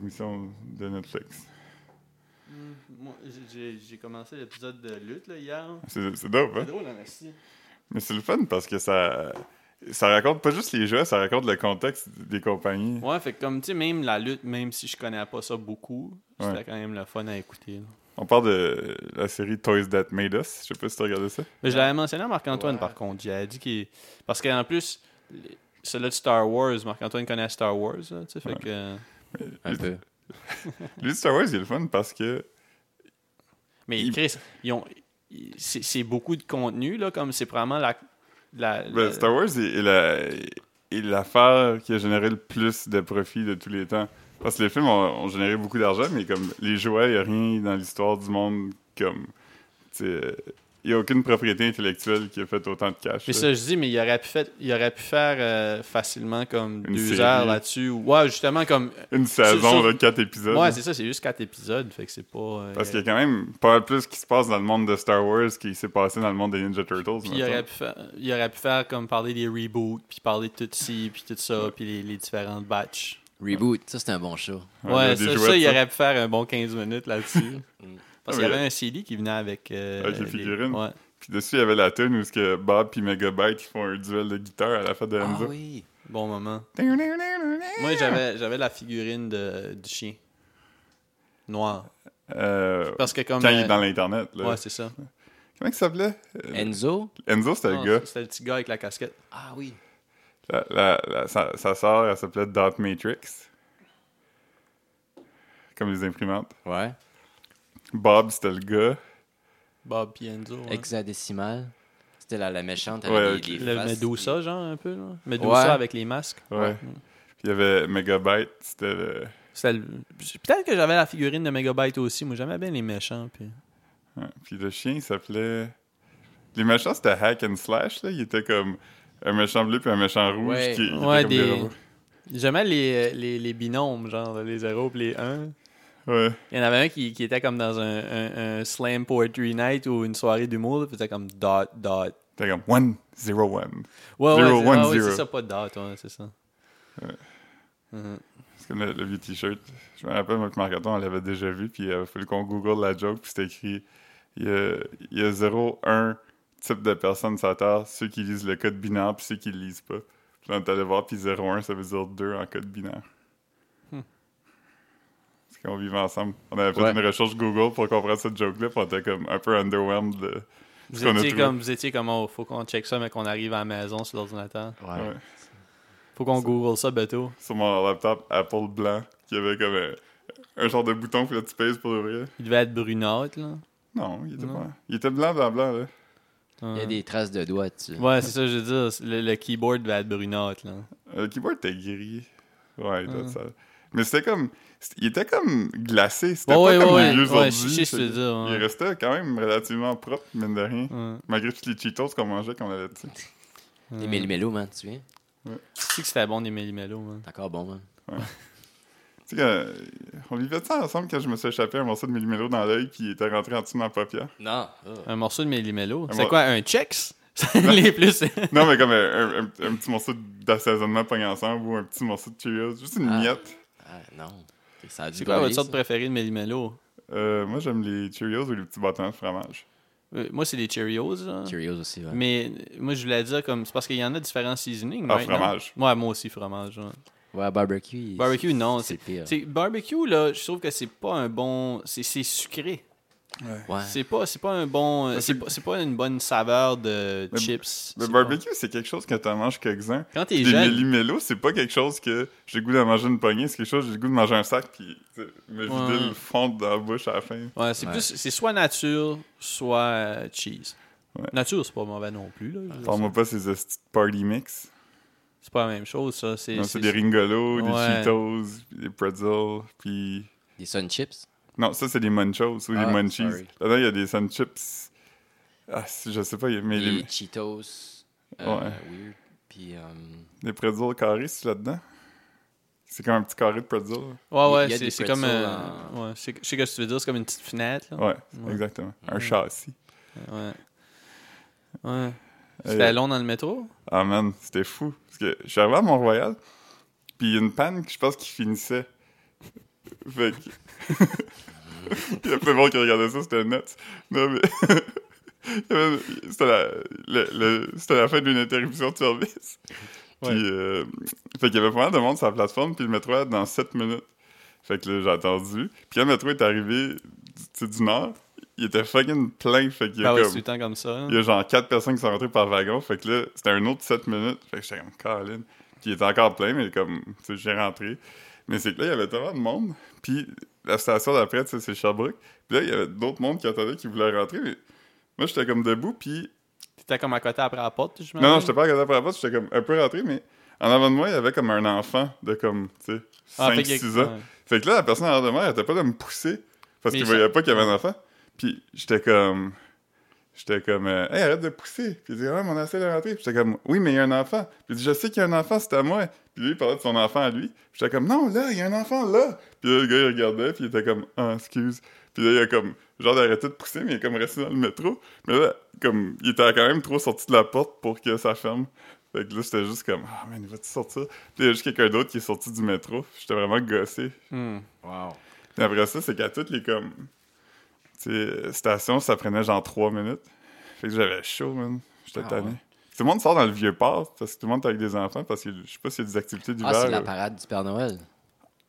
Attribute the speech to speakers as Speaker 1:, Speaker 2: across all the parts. Speaker 1: émission de Netflix.
Speaker 2: Hmm, moi, j'ai j'ai commencé l'épisode de lutte là, hier.
Speaker 1: C'est c'est dope, hein?
Speaker 2: C'est drôle, hein, merci.
Speaker 1: Mais c'est le fun parce que ça, ça raconte pas juste les jeux, ça raconte le contexte des compagnies.
Speaker 2: Ouais, fait que comme tu sais, même la lutte, même si je connais pas ça beaucoup, c'était
Speaker 1: Ouais.
Speaker 2: quand même le fun à écouter. là.
Speaker 1: On parle de la série Toys That Made Us. Je sais pas si tu regardé ça.
Speaker 2: Mais je l'avais mentionné à Marc-Antoine,
Speaker 3: Ouais.
Speaker 2: par contre. J'avais dit qu'il. Parce qu'en plus, les- celui-là de Star Wars, Marc-Antoine connaît Star Wars, là, tu sais, fait
Speaker 1: Ouais.
Speaker 2: que.
Speaker 3: Un peu.
Speaker 1: Lui, Star Wars, il est le fun parce que.
Speaker 2: Mais
Speaker 1: Il-
Speaker 2: Chris, ils ont. ils- C'est c'est beaucoup de contenu, là, comme c'est vraiment la. la,
Speaker 1: ben,
Speaker 2: la-
Speaker 1: Star Wars est, est la- est l'affaire qui a généré le plus de profits de tous les temps. Parce que les films ont, ont généré beaucoup d'argent, mais comme les jouets, il n'y a rien dans l'histoire du monde comme. tu sais, Il n'y a aucune propriété intellectuelle qui a fait autant de cash.
Speaker 2: Mais
Speaker 1: là.
Speaker 2: ça, je dis, mais il aurait pu, fait, il aurait pu faire euh, facilement comme
Speaker 1: Une
Speaker 2: deux
Speaker 1: série.
Speaker 2: heures là-dessus. ou- Ouais, justement, comme.
Speaker 1: Une saison
Speaker 2: sur-
Speaker 1: de quatre épisodes.
Speaker 2: Ouais, c'est ça, c'est juste quatre épisodes, fait que c'est pas. euh,
Speaker 1: hein. Parce qu'il y a quand même pas mal plus qui se passe dans le monde de Star Wars qui s'est passé dans le monde des Ninja Turtles.
Speaker 2: Puis il
Speaker 1: mettons.
Speaker 2: aurait, pu faire, il aurait pu faire comme parler des reboots, puis parler de tout ci, puis tout ça, puis les, les différentes batches.
Speaker 3: Reboot, ça c'est un bon show.
Speaker 1: Ouais,
Speaker 2: Ouais,
Speaker 1: il y a des
Speaker 2: ça,
Speaker 1: jouets,
Speaker 2: ça, il
Speaker 1: ça.
Speaker 2: aurait pu faire un bon 15 minutes là-dessus. Parce qu'il y
Speaker 1: Ah, mais- Ah,
Speaker 2: avait un CD qui venait avec. euh,
Speaker 1: Avec les
Speaker 2: les-
Speaker 1: figurines.
Speaker 2: ouais.
Speaker 1: Puis dessus, il y avait la tune où ce que Bob puis Megabyte ils font un duel de guitare à la fête de
Speaker 3: Ah
Speaker 1: Enzo.
Speaker 3: oui.
Speaker 2: Bon moment. Moi, j'avais j'avais la figurine de, du chien. Noir.
Speaker 1: Euh,
Speaker 2: Parce que comme.
Speaker 1: quand il est
Speaker 2: euh,
Speaker 1: dans l'internet, là.
Speaker 2: Ouais, c'est ça.
Speaker 1: Comment il s'appelait Euh,
Speaker 3: Enzo?
Speaker 1: Enzo, c'était
Speaker 2: Non,
Speaker 1: le gars.
Speaker 2: C'était le petit gars avec la casquette.
Speaker 3: Ah oui.
Speaker 1: La- la- la- sa, sa sœur, elle s'appelait Dot Matrix. Comme les imprimantes.
Speaker 3: Ouais.
Speaker 1: Bob, c'était le gars.
Speaker 2: Bob Pienzo. hein. ouais.
Speaker 3: Hexadécimal. C'était la, la méchante avec
Speaker 1: Ouais,
Speaker 3: les-
Speaker 1: avec
Speaker 3: les,
Speaker 2: Le
Speaker 3: faces.
Speaker 2: Medusa, genre, un peu. Là. Medusa
Speaker 3: Ouais.
Speaker 2: avec les masques.
Speaker 1: Ouais. Puis il y avait Megabyte, c'était le.
Speaker 2: C'était le- Peut-être que j'avais la figurine de Megabyte aussi. Moi, j'aimais bien les méchants. Puis...
Speaker 1: Ouais. Puis le chien, il s'appelait. Les méchants, c'était Hack and Slash, là. Il était comme un méchant bleu puis un méchant rouge.
Speaker 3: Ouais.
Speaker 1: qui, qui était
Speaker 2: Ouais,
Speaker 1: comme
Speaker 2: des-
Speaker 1: robots.
Speaker 2: J'aimais les, euh, les, les binômes, genre les 0 et les 1.
Speaker 1: Ouais.
Speaker 2: Il y en avait un qui, qui était comme dans un, un, un slam poetry night ou une soirée d'humour. là, puis C'était comme dot, dot.
Speaker 1: T'es comme one zero one.
Speaker 2: Ouais,
Speaker 1: Zero,
Speaker 2: ouais, c'est-
Speaker 1: one,
Speaker 2: ah ouais,
Speaker 1: zero.
Speaker 2: c'est ça, pas dot, ouais, c'est ça. Mhm.
Speaker 1: Parce que le, le vieux t-shirt, je me rappelle, moi, que Marc-Antoine, on l'avait déjà vu, puis il a fallu qu'on google la joke, puis c'était écrit il y a, il y a 0, 1 type de personnes sur la Terre, ceux qui lisent le code binaire, puis ceux qui le lisent pas. Puis là, on est allé voir, puis 0, 1, ça veut dire 2 en code binaire.
Speaker 2: Hmm.
Speaker 1: Parce qu'on vivait ensemble. On avait fait
Speaker 3: Ouais.
Speaker 1: une recherche Google pour comprendre cette joke-là, puis on était comme un peu underwhelmed. de-
Speaker 2: Vous,
Speaker 1: qu'on a
Speaker 2: étiez
Speaker 1: trouvé.
Speaker 2: comme, vous étiez comme, oh, faut qu'on check ça, mais qu'on arrive à la maison sur l'ordinateur.
Speaker 3: Ouais.
Speaker 1: Ouais.
Speaker 2: Faut qu'on
Speaker 1: Ça-
Speaker 2: google ça, bateau.
Speaker 1: Sur mon laptop Apple blanc, qui avait comme un, un genre de bouton, puis là, tu pèses pour ouvrir.
Speaker 2: Il devait être brunâtre, là.
Speaker 1: Non, il était
Speaker 2: Non.
Speaker 1: pas. Il était blanc, blanc, blanc, là.
Speaker 3: Il y a
Speaker 2: Ouais.
Speaker 3: des traces de doigts dessus.
Speaker 2: Ouais, c'est ça, je veux dire. Le, le keyboard devait être brunâtre, là.
Speaker 1: Euh, Le keyboard était gris. Ouais, il doit être
Speaker 2: Ah.
Speaker 1: sale. Mais c'était comme. c'était- Il était comme glacé. C'était pas
Speaker 2: Ouais, ouais,
Speaker 1: comme
Speaker 2: ouais,
Speaker 1: les vieux
Speaker 2: ouais,
Speaker 1: ordi,
Speaker 2: je sais ce que tu veux dire, ouais.
Speaker 1: Il restait quand même relativement propre, mine de rien.
Speaker 2: Ouais.
Speaker 1: Malgré tous les Cheetos qu'on mangeait quand on allait dessus.
Speaker 3: Les mélimélos, man, tu te souviens?
Speaker 2: Je sais que c'était bon des Mélimélos, man.
Speaker 3: T'es encore bon, man.
Speaker 1: Tu sais, euh, on vivait ça ensemble quand je me suis échappé un morceau de millimélo dans l'œil qui était rentré en dessous de ma paupière.
Speaker 3: Non.
Speaker 2: Un morceau de Mélimélo.
Speaker 1: mor-
Speaker 2: C'est quoi, un Chex? les plus.
Speaker 1: Non, mais comme un, un- un- un petit morceau d'assaisonnement pogné ensemble ou un petit morceau de Cheerios. Juste une
Speaker 3: Ah.
Speaker 1: miette.
Speaker 3: Ah, non. Ça a dû
Speaker 2: C'est quoi votre
Speaker 3: brûler,
Speaker 2: sorte
Speaker 3: ça.
Speaker 2: préférée de Mélimélo?
Speaker 1: Euh, moi, j'aime les Cheerios ou les petits bâtons de fromage.
Speaker 2: Euh, Moi, c'est les Cheerios, là.
Speaker 3: Cheerios aussi, ouais.
Speaker 2: Mais euh, moi, je voulais dire comme. C'est parce qu'il y en a différents seasonings.
Speaker 1: Ah,
Speaker 2: right, non?
Speaker 1: fromage.
Speaker 2: Ouais, moi aussi, fromage. ouais.
Speaker 3: Ouais, barbecue. il-
Speaker 2: Barbecue, non.
Speaker 3: C'est
Speaker 2: C'est
Speaker 3: pire.
Speaker 2: c'est- Barbecue, là, je trouve que c'est pas un bon. C'est c'est sucré.
Speaker 3: Ouais.
Speaker 2: C'est pas, c'est pas un bon. euh, C'est pas, c'est pas une bonne saveur de
Speaker 1: Mais-
Speaker 2: chips.
Speaker 1: Le
Speaker 2: C'est
Speaker 1: barbecue, c'est quelque chose que t'en manges quelques-uns.
Speaker 2: pas- Quand t'es
Speaker 1: Des
Speaker 2: jeune.
Speaker 1: millimélos, c'est pas quelque chose que j'ai le goût de manger une poignée, c'est quelque chose que j'ai le goût de manger un sac puis tu sais, me vider
Speaker 2: Ouais.
Speaker 1: le fond dans la bouche à la fin.
Speaker 2: Ouais, c'est
Speaker 3: Ouais.
Speaker 2: plus. C'est soit nature, soit euh, cheese.
Speaker 1: Ouais.
Speaker 2: Nature, c'est pas mauvais non plus, là. Je-
Speaker 1: Parle-moi pas ces hosties de party mix.
Speaker 2: C'est pas la même chose, ça. C'est
Speaker 1: Non,
Speaker 2: c'est-
Speaker 1: c'est des ringolos,
Speaker 2: Ouais.
Speaker 1: des Cheetos, puis des pretzels, puis...
Speaker 3: Des sun chips.
Speaker 1: Non, ça, c'est des munchos ou
Speaker 3: Ah,
Speaker 1: des munchies.
Speaker 3: sorry.
Speaker 1: Là-dedans, il y a des sun chips. Ah, c'est- je sais pas, il y a- mais
Speaker 3: Des
Speaker 1: les,
Speaker 3: Cheetos. euh,
Speaker 1: Ouais.
Speaker 3: Weird. Puis, euh,
Speaker 1: les pretzels carrés, c'est là-dedans? C'est comme un petit carré de pretzel.
Speaker 2: Ouais,
Speaker 3: Il y a
Speaker 2: ouais,
Speaker 3: des
Speaker 2: c'est- c'est comme.
Speaker 3: pretzels
Speaker 2: euh,
Speaker 3: en-
Speaker 2: ouais, c'est- je sais que ce que tu veux dire, c'est comme une petite fenêtre. Là.
Speaker 1: Ouais,
Speaker 2: Ouais.
Speaker 1: exactement. Un châssis.
Speaker 2: Ouais. Ouais.
Speaker 1: Euh,
Speaker 2: C'était long dans le métro?
Speaker 1: Ah man, c'était fou. Parce que je suis arrivé à Mont-Royal, puis il y a une panne que je pense qui finissait. Fait que. Il y a plein de monde qui regardait ça, c'était net. Non, mais. Il y avait- C'était la, le- le- c'était la fin d'une interruption de service. Puis, euh, fait qu'il y avait pas mal de monde sur la plateforme, puis le métro était dans 7 minutes. Fait que là, j'ai attendu. Puis quand le métro est arrivé du, tu sais, du nord, il était fucking plein. Fait qu'il y a
Speaker 2: Ah ouais,
Speaker 1: comme-
Speaker 2: c'est tout le temps comme ça. hein.
Speaker 1: il y a genre 4 personnes qui sont rentrées par wagon. Fait que là, c'était un autre 7 minutes. Fait que j'étais comme, Colin. Puis il était encore plein, mais comme, tu sais, j'ai rentré. Mais c'est que là, il y avait tellement de monde. Puis la station d'après, tu sais, c'est Sherbrooke. Puis là, il y avait d'autres mondes qui attendaient qui voulaient rentrer. Mais moi, j'étais comme debout. Puis
Speaker 2: T'étais comme à côté après la porte, je
Speaker 1: non, non, j'étais pas regardé par la porte. J'étais comme un peu rentré, mais en avant de moi, il y avait comme un enfant de comme, tu sais,
Speaker 2: Ah,
Speaker 1: 5-6 ans. Fait que là, la personne en arrière de moi, elle était pas de me pousser parce
Speaker 2: Mais
Speaker 1: qu'il
Speaker 2: ça-
Speaker 1: voyait pas qu'il y avait un enfant. Puis j'étais comme. J'étais comme. euh, hey, arrête de pousser. Puis il dit, ah, mon essai de rentrer. Puis j'étais comme, oui, mais il y a un enfant. Puis il dit, je sais qu'il y a un enfant, c'est à moi. Puis lui, il parlait de son enfant à lui. Puis j'étais comme, non, là, il y a un enfant là. Puis là, le gars, il regardait, puis il était comme, ah, excuse. Puis là, il a comme, genre d'arrêter de pousser, mais il est comme resté dans le métro. Mais là, comme, il était quand même trop sorti de la porte pour que ça ferme. Fait que là, j'étais juste comme, ah, man, il va-tu sortir? Puis il y a juste quelqu'un d'autre qui est sorti du métro. J'étais vraiment gossé.
Speaker 3: Wow.
Speaker 1: Puis après ça, c'est qu'à toutes les comme. Tu sais, stations, ça prenait genre 3 minutes. Fait que j'avais chaud, man. J'étais
Speaker 3: Ah
Speaker 1: tanné.
Speaker 3: ouais.
Speaker 1: Tout le monde sort dans le vieux port parce que tout le monde est avec des enfants parce que je sais pas s'il y a des activités
Speaker 3: Ah,
Speaker 1: d'hiver.
Speaker 3: c'est la
Speaker 1: ou-
Speaker 3: parade du Père Noël.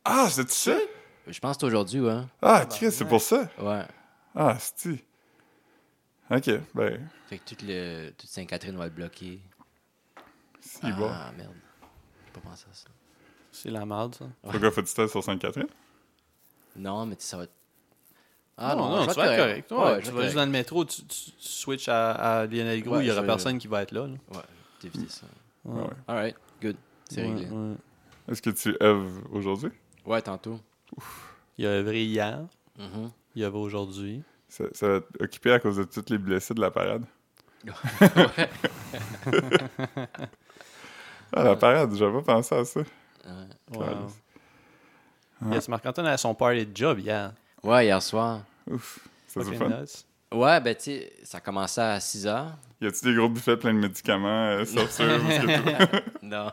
Speaker 1: ah, c'est ça?
Speaker 3: Je pense que c'est aujourd'hui, ouais.
Speaker 1: Ah, Chris, c'est pour ça?
Speaker 3: Ouais.
Speaker 1: Ah, c'est Ok, ben,
Speaker 3: Fait que toute, le, toute Sainte-Catherine va être bloquée.
Speaker 1: c'est
Speaker 3: Ah,
Speaker 1: bon.
Speaker 3: merde. J'ai pas pensé à ça.
Speaker 2: C'est la merde, ça.
Speaker 1: Pourquoi faut tu test sur Sainte-Catherine?
Speaker 3: Non, mais tu sais, ça va être...
Speaker 2: Ah non, non,
Speaker 3: je vais
Speaker 2: tu vas être correct. Ouais,
Speaker 3: Ouais, je
Speaker 2: tu
Speaker 3: vais
Speaker 2: vas juste dans le métro, tu, tu- tu switches à, à Lionel Groux,
Speaker 3: Ouais,
Speaker 2: il y aura
Speaker 3: je-
Speaker 2: personne qui va être là. là.
Speaker 3: Ouais, t'évites ça.
Speaker 1: Ouais.
Speaker 2: Ouais.
Speaker 3: Alright, good. C'est
Speaker 2: Ouais,
Speaker 3: réglé.
Speaker 2: ouais.
Speaker 1: Ah Est-ce que tu Eve aujourd'hui?
Speaker 3: Ouais, tantôt.
Speaker 2: Il y a vrai hier,
Speaker 3: Mhm.
Speaker 2: il y avait aujourd'hui.
Speaker 1: Ça, ça va être occupé à cause de toutes les blessés de la parade.
Speaker 3: ouais.
Speaker 1: Ah, la parade, j'avais pas pensé à ça.
Speaker 3: Ouais.
Speaker 2: Ouais.
Speaker 1: Ouais.
Speaker 2: Yes, Marc-Antoine a son party de job hier.
Speaker 3: Ouais, hier soir.
Speaker 1: Ouf, ça c'est
Speaker 2: Fucking
Speaker 1: fun.
Speaker 2: nuts.
Speaker 3: Ouais, ben tu sais, ça commençait à 6 heures.
Speaker 1: Y a-tu des gros buffets plein de médicaments, euh, sorcières, ou ce que tu-
Speaker 3: non.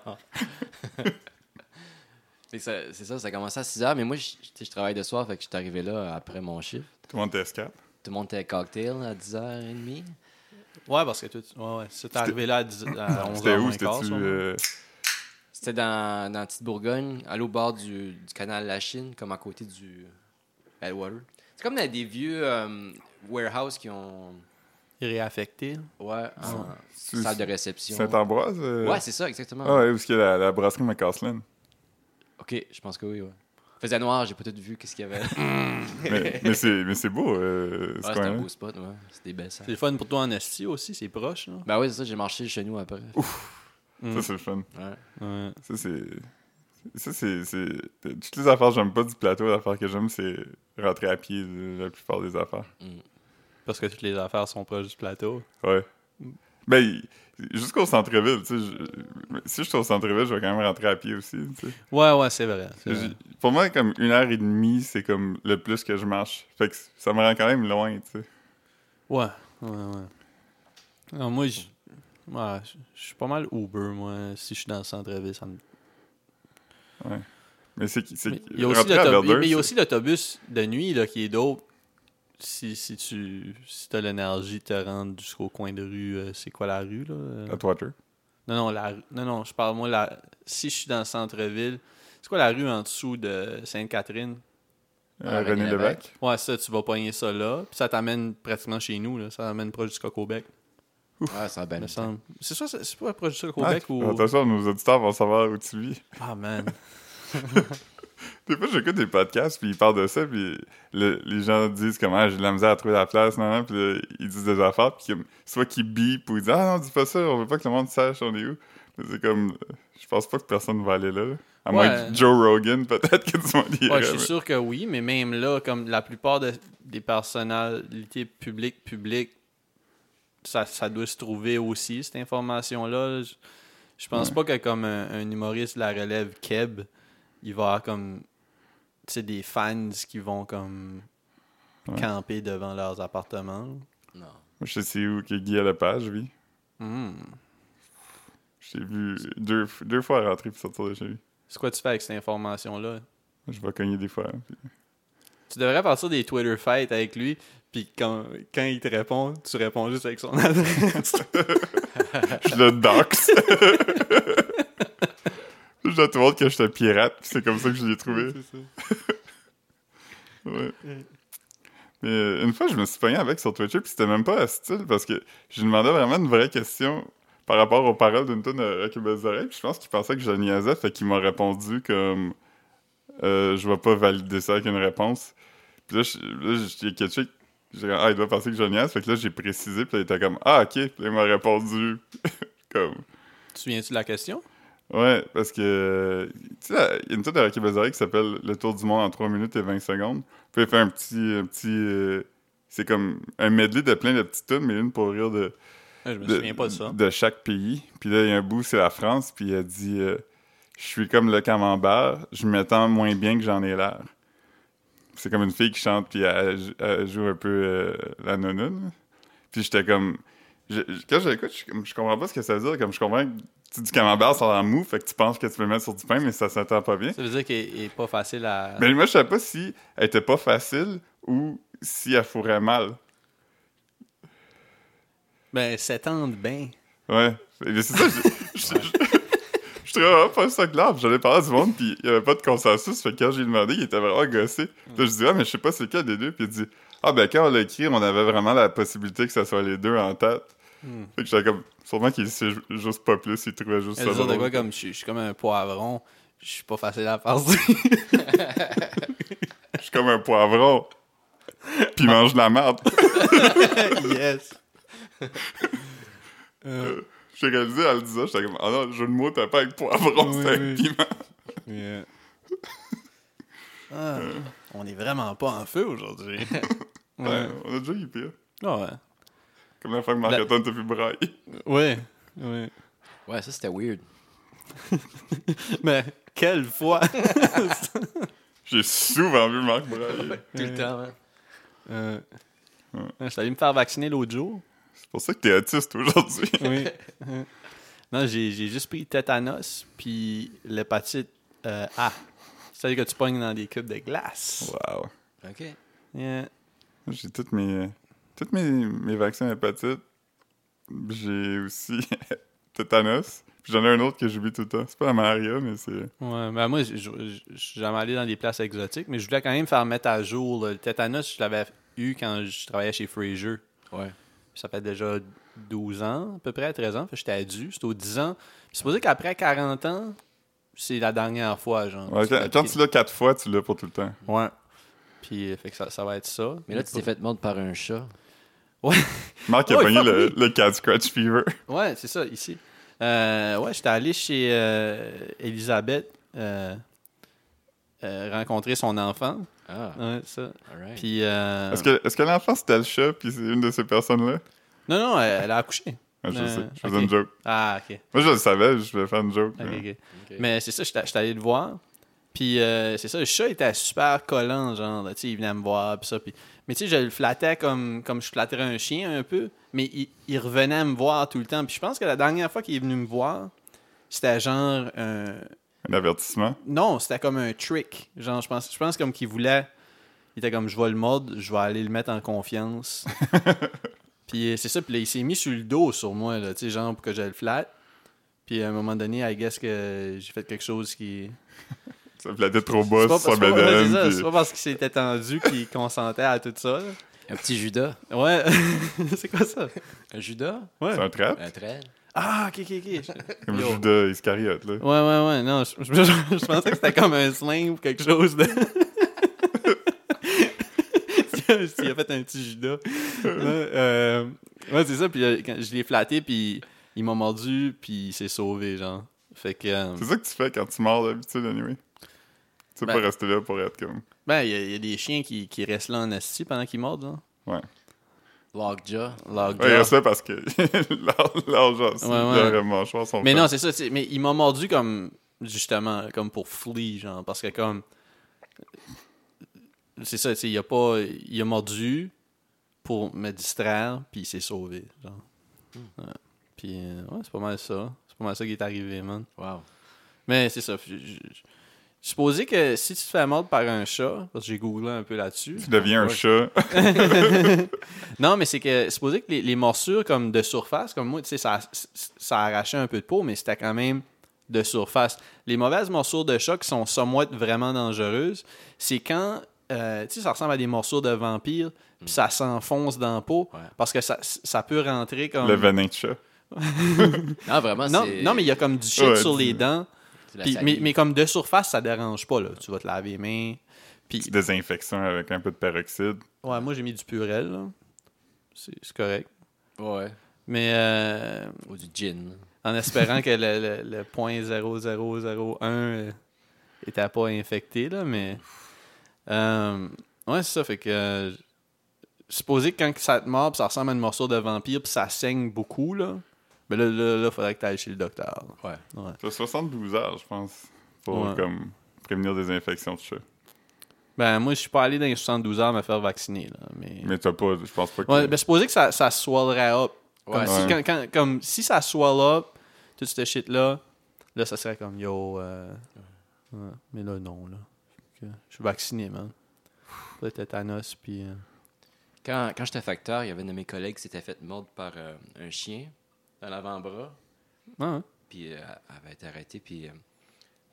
Speaker 3: Fait que ça- c'est ça, ça commençait à 6 heures, mais moi, je, tu sais, je travaille de soir, fait que je suis arrivé là après mon chiffre.
Speaker 1: Tout le monde était escape.
Speaker 3: Tout le monde était cocktail à 10h30.
Speaker 2: Ouais, parce que tu ouais, ouais. c'est arrivé là à, 10 à 11h.
Speaker 1: C'était où?
Speaker 2: moins quart,
Speaker 1: C'était-tu...
Speaker 2: sûrement.
Speaker 1: euh,
Speaker 3: C'était dans, dans Petite Bourgogne, à l'eau bord du, du canal de la Chine, comme à côté du Badwater. C'est comme dans des vieux euh, warehouses qui ont.
Speaker 2: Il est réaffecté. là.
Speaker 3: Ouais, ah. en
Speaker 1: C'est-
Speaker 3: salle de réception.
Speaker 1: Saint-Ambroise? euh?
Speaker 3: Ouais, c'est ça, exactement.
Speaker 1: Ah ouais, parce que la, la brasserie McCaslin.
Speaker 3: Ok, je pense que oui, ouais. Faisait noir, j'ai pas tout vu qu'est-ce qu'il y avait. ouais,
Speaker 1: Mais, mais c'est mais c'est beau, euh, ce
Speaker 3: c'était
Speaker 1: coin-là.
Speaker 3: un beau spot, ouais. C'était des belles salles.
Speaker 2: C'est le fun pour toi en Estie aussi, c'est proche. Là.
Speaker 3: Ben oui, c'est ça, j'ai marché chez nous après. Mm.
Speaker 1: Ça, c'est le fun.
Speaker 3: Ouais.
Speaker 2: Ouais.
Speaker 1: Ça, c'est... Ça, c'est... c'est- Toutes les affaires que j'aime pas du plateau, l'affaire que j'aime, c'est rentrer à pied, euh, la plupart des affaires.
Speaker 2: Parce que toutes les affaires sont proches du plateau.
Speaker 1: Ouais. Ben, il- jusqu'au centre-ville, tu sais, je- si je suis au centre-ville, je vais quand même rentrer à pied aussi, tu sais.
Speaker 2: Ouais, ouais, c'est vrai. c'est vrai.
Speaker 1: J- Pour moi, comme une heure et demie, c'est comme le plus que je marche. Fait que ça me rend quand même loin, tu sais.
Speaker 2: Ouais, ouais, ouais. Non, moi, je ouais, je- je suis pas mal Uber, moi. Si je suis dans le centre-ville, ça me.
Speaker 1: Mais c'est... qui- c'est
Speaker 2: Mais
Speaker 1: qui-
Speaker 2: Il y a aussi
Speaker 1: rentrer à
Speaker 2: l'autobu-
Speaker 1: Verdun,
Speaker 2: mais il y a
Speaker 1: c'est-
Speaker 2: aussi l'autobus de nuit là, qui est dope. Si, si tu si as l'énergie de te rendre jusqu'au coin de rue, euh, c'est quoi la rue là Euh,
Speaker 1: À Twitter.
Speaker 2: Non, non, la, rue- non, non, je parle moi. La, si je suis dans le centre-ville, c'est quoi la rue en dessous de Sainte-Catherine Ah,
Speaker 1: Euh,
Speaker 3: René
Speaker 1: René Lévesque.
Speaker 2: Ouais, ça, tu vas pogner ça là. Puis ça t'amène pratiquement chez nous. Là, ça t'amène proche du Cocobec,
Speaker 3: Ouais, ça a bien
Speaker 2: me
Speaker 3: été.
Speaker 2: semble. C'est ça, c'est c'est pas proche du Cocobec
Speaker 1: Ah,
Speaker 2: ou.
Speaker 1: Attention, nos auditeurs vont savoir où tu vis.
Speaker 2: Ah, man.
Speaker 1: Des fois, j'écoute des podcasts, puis ils parlent de ça, puis le- les gens disent comment j'ai de la misère à trouver la place, non, non, puis là, ils disent des affaires, puis comme, soit qu'ils bipent ou ils disent Ah non, dis pas ça, on veut pas que le monde sache on est où. Mais C'est comme, euh, je pense pas que personne va aller là. là. À
Speaker 2: Ouais.
Speaker 1: moins que Joe Rogan, peut-être que tu monde irait.
Speaker 2: Ouais, je suis
Speaker 1: mais-
Speaker 2: sûr que oui, mais même là, comme la plupart de- des personnalités publiques, publiques, ça, ça doit se trouver aussi, cette information-là. Je, je pense pas que comme un, un humoriste de la relève Keb, il va avoir comme tu sais, des fans qui vont comme
Speaker 1: Ouais.
Speaker 2: camper devant leurs appartements.
Speaker 3: Non.
Speaker 1: Moi, je sais où que Guy à la page, oui.
Speaker 2: Hmm.
Speaker 1: Je l'ai vu deux, deux fois rentrer puis sortir de chez lui.
Speaker 2: C'est quoi tu fais avec cette information-là?
Speaker 1: Je vais cogner des fois. hein, puis-
Speaker 2: Tu devrais partir des Twitter fights avec lui, puis quand, quand il te répond, tu réponds juste avec son adresse.
Speaker 1: Je le dox. je dois te montre que j'étais pirate, puis c'est comme ça que je l'ai trouvé. Ouais. Mais euh, une fois, je me suis pogné avec sur Twitch, puis c'était même pas hostile parce que je lui demandais vraiment une vraie question par rapport aux paroles d'une tonne à Rocky Belles Oreilles, puis je pense qu'il pensait que je niaisais, fait qu'il m'a répondu comme euh, je vais pas valider ça avec une réponse. Puis là, je- là, j'ai catché que j'ai dit, ah, il doit penser que je niaise, fait que là, j'ai précisé, puis là, il était comme ah, ok, puis là, il m'a répondu comme
Speaker 2: tu te souviens-tu de la question?
Speaker 1: Ouais, parce que. euh, Tu sais, la- il y a une tune de Rocky Balzarek qui s'appelle Le Tour du Monde en 3 minutes et 20 secondes. Puis il fait un petit. Un petit euh, c'est comme un medley de plein de petites tunes, mais une pour rire de,
Speaker 2: Ah, Je me
Speaker 1: de- Ben.
Speaker 2: souviens pas de ça.
Speaker 1: de chaque pays. Puis là, il y a un bout, c'est la France, puis elle dit euh, Je suis comme le camembert, je m'étends moins bien que j'en ai l'air. C'est comme une fille qui chante, puis elle, elle joue un peu euh, la nonune. Puis j'étais comme. je- je- quand je l'écoute, je, suis comme, je comprends pas ce que ça veut dire. Comme je comprends que tu dis camembert, ça a l'air mou, fait que tu penses que tu peux le mettre sur du pain, mais ça s'entend pas bien.
Speaker 2: Ça veut dire qu'il il est pas facile à.
Speaker 1: Mais moi, je savais pas si elle était pas facile ou si elle fourrait mal.
Speaker 2: Ben, s'étendre bien.
Speaker 1: Ouais. Mais c'est ça, je, je, je- je trouvais vraiment pas ça clair. J'allais parler du monde, puis il y avait pas de consensus. Fait que quand j'ai demandé, il était vraiment
Speaker 2: Hmm.
Speaker 1: gossé. Puis là, je dis, ah, mais je sais pas c'est lequel des deux. Puis il dit, ah, ben quand on l'a écrit, on avait vraiment la possibilité que ça soit les deux en tête.
Speaker 2: Hmm.
Speaker 1: Fait que j'étais comme, sûrement qu'il sait ju- juste pas plus, il trouvait juste
Speaker 2: Elle
Speaker 1: ça.
Speaker 2: veut dire de
Speaker 1: drôle.
Speaker 2: quoi comme je suis- je suis comme un poivron, je suis pas facile à passer.
Speaker 1: Je suis comme un poivron. Puis il mange de la merde.
Speaker 2: yes.
Speaker 1: Euh.
Speaker 2: Euh,
Speaker 1: J'ai réalisé en le disant, j'étais comme, ah non, jeu de mots, t'as pas avec poivron,
Speaker 2: Oui,
Speaker 1: c'est avec
Speaker 2: oui.
Speaker 1: piment.
Speaker 2: Ah, on est vraiment pas en feu aujourd'hui.
Speaker 1: Ouais. on a déjà eu pire.
Speaker 2: Ah
Speaker 1: Comme la fois que Marc-Antoine t'a fait brailler.
Speaker 2: ouais. Ouais. Ouais.
Speaker 3: Ouais, ça c'était weird.
Speaker 2: Mais quelle fois!
Speaker 1: J'ai souvent vu Marc brailler.
Speaker 3: Tout le temps, hein.
Speaker 2: Euh, Je suis allé me faire vacciner l'autre jour.
Speaker 1: C'est pour ça que t'es autiste aujourd'hui.
Speaker 2: Oui. non, j'ai j'ai juste pris tétanos puis l'hépatite euh, A. Celle que tu pognes dans des cubes de glace.
Speaker 1: Wow.
Speaker 3: Ok.
Speaker 2: Yeah.
Speaker 1: J'ai toutes mes, toutes mes, mes vaccins hépatite. J'ai aussi tétanos. Puis j'en ai un autre que j'oublie tout le temps. C'est pas la malaria, mais c'est.
Speaker 2: Ouais, ben moi, je je- je suis jamais allé dans des places exotiques, mais je voulais quand même faire mettre à jour. là. Le tétanos, je l'avais eu quand je travaillais chez Fraser.
Speaker 3: Ouais.
Speaker 2: Ça fait déjà 12 ans, à peu près 13 ans. Fait que j'étais adulte, c'était aux 10 ans. Puis C'est pour dire qu'après 40 ans, c'est la dernière fois, genre.
Speaker 1: Ouais, quand, quand tu l'as quatre fois, tu l'as pour tout le temps.
Speaker 2: Ouais. Puis euh, fait que ça, ça va être ça.
Speaker 3: Mais là, tu t'es fait mordre par un chat.
Speaker 1: Marc a
Speaker 2: Ouais,
Speaker 1: pogné
Speaker 2: fuck
Speaker 1: le,
Speaker 2: me.
Speaker 1: le cat scratch fever.
Speaker 2: Ouais, c'est ça, ici. Euh, ouais, j'étais allé chez euh, Elisabeth euh, euh, rencontrer son enfant.
Speaker 3: Ah,
Speaker 2: Ouais, ça.
Speaker 3: alright.
Speaker 2: Puis. euh,
Speaker 1: Est-ce que, est-ce que l'enfant c'était le chat, puis c'est une de ces personnes-là?
Speaker 2: Non, non, elle, elle a accouché.
Speaker 1: Ah, je
Speaker 2: Euh,
Speaker 1: sais, je faisais
Speaker 2: ok.
Speaker 1: une joke.
Speaker 2: Ah, ok.
Speaker 1: Moi, je le savais, je voulais faire une joke.
Speaker 2: ok,
Speaker 1: mais-
Speaker 2: ok.
Speaker 3: Ok.
Speaker 2: Mais c'est ça, j'étais j'étais allé le voir. Puis euh, c'est ça, le chat était super collant, genre, là, tu sais, il venait me voir, puis ça. Puis... Mais tu sais, je le flattais comme, comme je flatterais un chien un peu, mais il, il revenait me voir tout le temps. Puis je pense que la dernière fois qu'il est venu me voir, c'était genre un...
Speaker 1: Un avertissement.
Speaker 2: Non, c'était comme un trick. Genre, je pense, je pense comme qu'il voulait... Il était comme, je vais le mode, je vais aller le mettre en confiance. puis euh, c'est ça, puis là, il s'est mis sur le dos sur moi, là, tu sais, genre, pour que je le flatte. Puis à un moment donné, I guess que j'ai fait quelque chose qui...
Speaker 1: Ça flattait trop
Speaker 2: C'est
Speaker 1: bas
Speaker 2: pas,
Speaker 1: sur
Speaker 2: c'est
Speaker 1: sa
Speaker 2: pas- ouais, c'est
Speaker 1: bedaine.
Speaker 2: ça,
Speaker 1: puis-
Speaker 2: c'est pas parce qu'il s'était tendu qu'il consentait à tout ça. là.
Speaker 3: Un petit Judas.
Speaker 2: Ouais, c'est quoi ça?
Speaker 3: Un Judas?
Speaker 1: C'est un trap,
Speaker 3: Un trail?
Speaker 2: Ah, ok, ok, ok.
Speaker 1: comme
Speaker 2: Yo.
Speaker 1: Judas Iscariote, là.
Speaker 2: Ouais, ouais, ouais, non, je, je- je- je pensais que c'était comme un sling ou quelque chose de... Il a fait un petit judas. Ouais, euh, ouais, c'est ça, puis euh, quand je l'ai flatté, puis il m'a mordu, puis il s'est sauvé, genre. Fait que... euh,
Speaker 1: C'est ça que tu fais quand tu mords d'habitude, anyway. Tu sais
Speaker 2: Ben-
Speaker 1: pas rester là pour être comme.
Speaker 2: ben, il y, a- il y a des chiens qui, qui restent là en asti pendant qu'ils mordent, là.
Speaker 3: Lockjaw.
Speaker 2: Lockjaw.
Speaker 1: Ouais, il reste là parce que leur- l'argent, c'est
Speaker 2: Ouais, ouais.
Speaker 1: leur mâchoire sont
Speaker 2: Mais
Speaker 1: fermés.
Speaker 2: non, c'est ça, tu sais, mais il m'a mordu comme, justement, comme pour flea, genre, parce que comme, c'est ça, tu sais, il a pas, il a mordu pour me distraire, puis il s'est sauvé, genre.
Speaker 1: Hmm.
Speaker 2: Ouais. Puis, euh, ouais, c'est pas mal ça, c'est pas mal ça qui est arrivé, man.
Speaker 3: Wow.
Speaker 2: Mais c'est ça, je- je- Supposé que si tu te fais mordre par un chat, parce que j'ai googlé un peu là-dessus.
Speaker 1: Tu deviens un
Speaker 2: Ouais.
Speaker 1: chat.
Speaker 2: Non, mais c'est que supposé que les, les morsures comme de surface, comme moi, tu sais, ça, ça arrachait un peu de peau, mais c'était quand même de surface. Les mauvaises morsures de chat qui sont somewhat vraiment dangereuses, c'est quand, euh, tu sais, ça ressemble à des morsures de vampire, puis ça s'enfonce dans la peau,
Speaker 3: Ouais.
Speaker 2: parce que ça, ça peut rentrer comme...
Speaker 1: Le venin de chat.
Speaker 3: Non, vraiment,
Speaker 2: non,
Speaker 3: c'est.
Speaker 2: non, mais il y a comme du shit
Speaker 1: Ouais,
Speaker 2: sur
Speaker 1: tu-
Speaker 2: les dents,
Speaker 3: c'est la
Speaker 2: puis- mais,
Speaker 3: salive.
Speaker 2: mais comme de surface, ça dérange pas, là. Tu vas te laver les mains, puis...
Speaker 1: Petite désinfection avec un peu de peroxyde.
Speaker 2: Ouais, moi, j'ai mis du Purel, là. C'est c'est correct.
Speaker 3: Ouais.
Speaker 2: Mais... euh,
Speaker 3: Ou du gin.
Speaker 2: En espérant que le, le, le point 0001 euh, était pas infecté, là, mais. Euh, ouais, c'est ça, fait que. euh, supposé que quand ça te mord, puis ça ressemble à une morsure de vampire, puis ça saigne beaucoup, là. Mais là, là, là, faudrait que tu ailles chez le docteur. là.
Speaker 3: Ouais.
Speaker 1: T'as 72 heures, je pense, pour
Speaker 2: Ouais.
Speaker 1: comme, prévenir des infections de chat.
Speaker 2: Ben, moi, je suis pas allé dans les 72 heures me faire vacciner, là. Mais.
Speaker 1: Mais t'as pas, je pense pas que.
Speaker 2: Ouais, ben, supposé que ça, ça swallerait up. Comme,
Speaker 3: Ouais.
Speaker 2: si,
Speaker 1: Ouais.
Speaker 2: quand- quand- comme si ça swallow up, toute cette shit-là, là, ça serait comme yo. euh, ouais. Mais là, non, là. Fait que Je suis vacciné, man. Peut-être Thanos, puis. euh,
Speaker 3: Quand, quand j'étais facteur, il y avait un de mes collègues qui s'était fait mordre par euh, un chien dans l'avant-bras.
Speaker 2: ah, ouais.
Speaker 3: Puis euh, elle avait été arrêtée. Puis euh,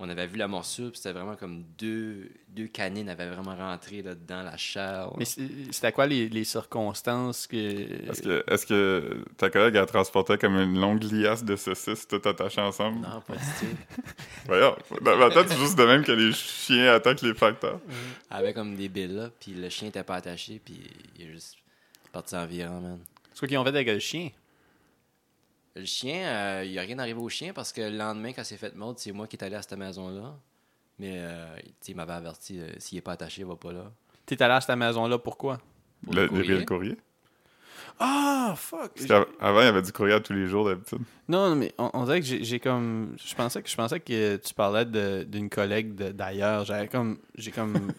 Speaker 3: on avait vu la morsure. Puis c'était vraiment comme deux, deux canines avaient vraiment rentré là, dans la chair.
Speaker 2: Mais c'est- c'était quoi les, les circonstances que.
Speaker 1: Est-ce que, est-ce que ta collègue a transporté comme une longue liasse de saucisses tout attachées ensemble?
Speaker 3: Non, pas du tout.
Speaker 1: Voyons, dans ma tête, c'est juste de même que les chiens attaquent les facteurs.
Speaker 3: Elle avait comme des billes là. Puis le chien était pas attaché. Puis il est juste parti en virant, man.
Speaker 2: C'est quoi qu'ils ont fait avec le chien
Speaker 3: Le chien, euh, il n'y a rien arrivé au chien parce que le lendemain, quand c'est fait mordre, c'est moi qui est allé à cette maison-là. Mais euh, tu sais, il m'avait averti euh, s'il n'est pas attaché, il va pas là.
Speaker 2: T'es allé à cette maison-là, pourquoi
Speaker 3: Pour
Speaker 1: Le,
Speaker 3: le courrier.
Speaker 1: le courrier?
Speaker 2: Ah, fuck
Speaker 1: Parce qu'avant, il y avait du courrier à tous les jours d'habitude.
Speaker 2: Non, non, mais on, on dirait que j'ai j'ai comme. Je pensais que je pensais que tu parlais de- d'une collègue de- d'ailleurs. J'avais comme. J'ai comme.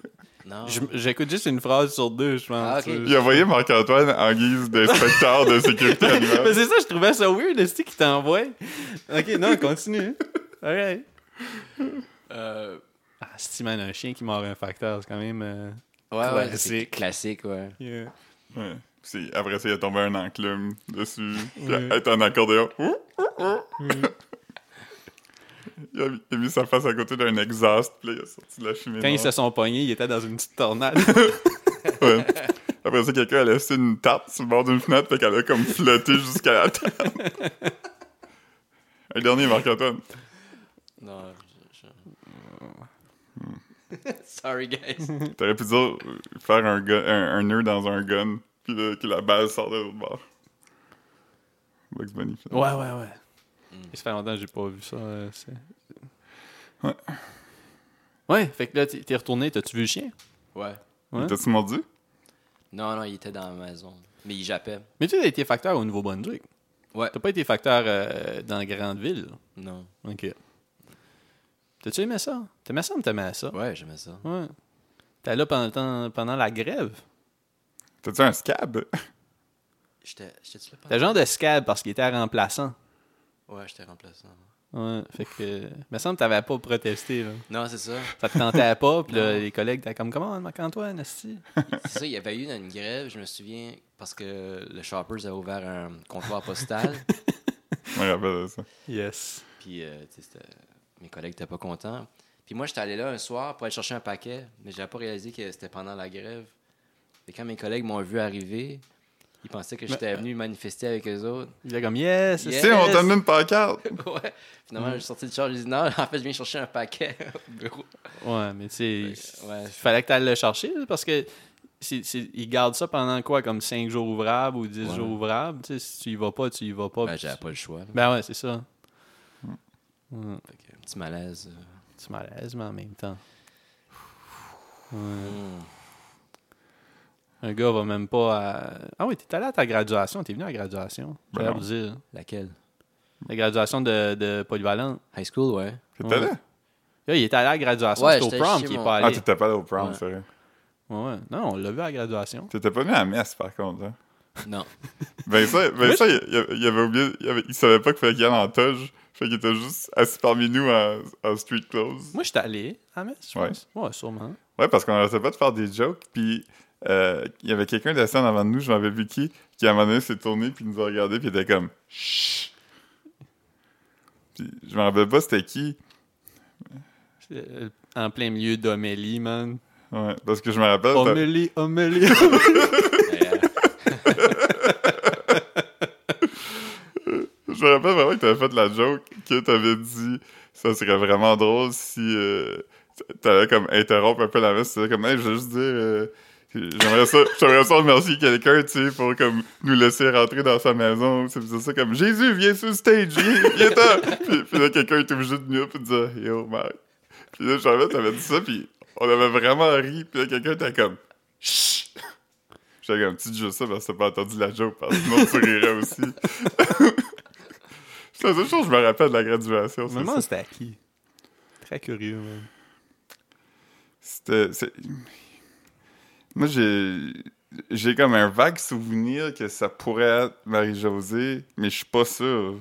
Speaker 3: Non.
Speaker 2: Je- J'écoute juste une phrase sur deux, je pense.
Speaker 3: Ah, ok.
Speaker 1: Il a envoyé Marc-Antoine en guise d'inspecteur de sécurité
Speaker 2: Euh, Mais
Speaker 1: animale.
Speaker 2: c'est ça, je trouvais ça weird, le stick qui t'envoie. Ok, non, continue. Alright.
Speaker 3: Euh,
Speaker 2: Ah, si, man, un chien qui mord un facteur, c'est quand même. euh,
Speaker 3: ouais, ouais, c'est
Speaker 2: Classique.
Speaker 3: classique, ouais.
Speaker 2: yeah.
Speaker 1: Ouais. Puis après ça, il a tombé un enclume dessus. Puis
Speaker 2: Ouais.
Speaker 1: elle est en accordéon. Ouh, ouh, ouh. il, a, mis- il a mis sa face à côté d'un exhaust. Puis là, il a sorti de la cheminée.
Speaker 2: Quand ils se sont pognés, ils étaient dans une petite tornade.
Speaker 1: Ouais. Après ça, quelqu'un a laissé une tarte sur le bord d'une fenêtre, fait qu'elle a comme flotté jusqu'à la table. Un dernier, Marc-Antoine.
Speaker 3: Non, je- je- Sorry, guys.
Speaker 1: T'aurais pu dire euh, faire un, gun- un, un nœud dans un gun, puis là, que la balle sort de l'autre bord. Bugs Bunny.
Speaker 2: ouais,
Speaker 1: finalement.
Speaker 2: ouais, ouais. Ça fait longtemps que j'ai pas vu ça. euh, c'est-
Speaker 1: Ouais.
Speaker 2: Ouais, fait que là, t'es t'es retourné, t'as-tu vu le chien
Speaker 3: ouais.
Speaker 1: Il T'as-tu mordu?
Speaker 3: Non, non, il était dans la maison. Mais il jappait.
Speaker 2: Mais tu as été facteur au Nouveau-Brunswick.
Speaker 3: Ouais.
Speaker 2: T'as pas été facteur euh, dans la grande ville.
Speaker 3: Non.
Speaker 2: Ok. T'as-tu aimé ça T'aimais ça ou t'aimais ça
Speaker 3: Ouais, j'aimais ça.
Speaker 2: Ouais. T'es là pendant, pendant la grève.
Speaker 1: T'as-tu un scab?
Speaker 3: J'étais j'étais-tu là pendant-
Speaker 2: T'as genre de scab parce qu'il était remplaçant.
Speaker 3: Ouais, j'étais remplaçant.
Speaker 2: Ouais, fait que. me semble que t'avais pas protesté, là.
Speaker 3: Non, c'est ça.
Speaker 2: Ça te tentait pas, puis là,
Speaker 3: Non.
Speaker 2: les collègues étaient comme Comment, Marc-Antoine, esti?
Speaker 3: C'est ça, il y avait eu une grève, je me souviens, parce que le Shoppers a ouvert un comptoir postal.
Speaker 1: Je me rappelle de ça.
Speaker 2: Yes.
Speaker 3: Puis, euh, tu sais, c'était- mes collègues n'étaient pas contents. Puis moi, j'étais allé là un soir pour aller chercher un paquet, mais j'avais pas réalisé que c'était pendant la grève. Et quand mes collègues m'ont vu arriver, ils pensaient que j'étais venu manifester avec eux autres.
Speaker 2: Il était comme Yes,
Speaker 1: Tu
Speaker 3: Yes.
Speaker 1: sais, on t'a donné une pancarte!
Speaker 3: ouais. Finalement, j'ai sorti de charge, j'ai dit non, en fait, je viens chercher un paquet au bureau.
Speaker 2: Ouais, mais tu sais,
Speaker 3: Ouais.
Speaker 2: il fallait que tu le chercher là, parce que c'est- c'est- ils gardent ça pendant quoi Comme 5 jours ouvrables ou 10
Speaker 3: Ouais.
Speaker 2: jours ouvrables. Tu sais, si tu y vas pas, tu y vas pas.
Speaker 3: Ben,
Speaker 2: puis
Speaker 3: j'avais
Speaker 2: tu-
Speaker 3: pas le choix. là.
Speaker 2: Ben ouais, c'est ça. Ouais,
Speaker 3: Fait que, un petit malaise. euh.
Speaker 2: tu malaise, mais en même temps.
Speaker 3: Mm.
Speaker 2: Hmm. Un gars va même pas à. Ah oui, t'es allé à ta graduation, t'es venu à la graduation.
Speaker 1: Ben
Speaker 2: J'allais
Speaker 1: non.
Speaker 2: vous dire.
Speaker 3: Laquelle
Speaker 2: La graduation de, de Polyvalente.
Speaker 3: High school, ouais.
Speaker 1: T'étais
Speaker 2: Ouais.
Speaker 1: là?
Speaker 2: Là, il est allé à la graduation,
Speaker 3: Ouais,
Speaker 2: c'est au
Speaker 3: j'étais
Speaker 2: prom
Speaker 3: chez
Speaker 2: qu'il est
Speaker 3: mon-
Speaker 2: pas
Speaker 1: Ah,
Speaker 2: allé.
Speaker 1: t'étais pas là au prom,
Speaker 3: Ouais.
Speaker 1: c'est vrai.
Speaker 2: Ouais, ouais. Non, on l'a vu à la graduation.
Speaker 1: T'étais pas venu à la messe, par contre. Hein?
Speaker 3: Non.
Speaker 1: Ben ça, ben ça il, il avait oublié, il, avait- il savait pas qu'il fallait qu'il y ait en toge. Fait qu'il était juste assis parmi nous en, en street clothes.
Speaker 2: Moi, j'étais allé à Metz, je
Speaker 1: Ouais.
Speaker 2: pense. Ouais, sûrement.
Speaker 1: Ouais, parce qu'on arrêtait pas de faire des jokes, puis euh, il y avait quelqu'un d'assis en avant de nous, je m'en vais plus qui, qui à un moment donné s'est tourné, puis nous a regardé, puis était comme « Chut! » Puis je me rappelle pas c'était qui,
Speaker 2: Euh, En plein milieu d'Omélie, man.
Speaker 1: ouais, parce que je me rappelle...
Speaker 2: Omélie, Omélie.
Speaker 3: Euh,
Speaker 1: Je me rappelle vraiment que t'avais fait la joke que t'avais dit ça serait vraiment drôle si euh, t'allais comme interrompre un peu la messe. T'étais comme hey, je veux juste dire euh, j'aimerais ça j'aimerais ça remercier quelqu'un tu sais pour comme nous laisser rentrer dans sa maison. C'est c'est ça comme Jésus viens sur le stage viens viens ten puis, puis là quelqu'un est obligé de venir puis de dire yo Marc. Puis là je me rappelle t'avais dit ça puis on avait vraiment ri puis là quelqu'un était comme chut. J'étais comme tu dis juste ça parce que t'as pas entendu la joke parce que sinon tu rirais aussi. C'est la seule chose que je me rappelle de la graduation.
Speaker 2: Je
Speaker 1: c'est
Speaker 2: me
Speaker 1: ça.
Speaker 2: demande c'était à qui. Très curieux, man.
Speaker 1: C'était. c'est- Moi, j'ai. J'ai comme un vague souvenir que ça pourrait être Marie-Josée, mais je suis pas sûr.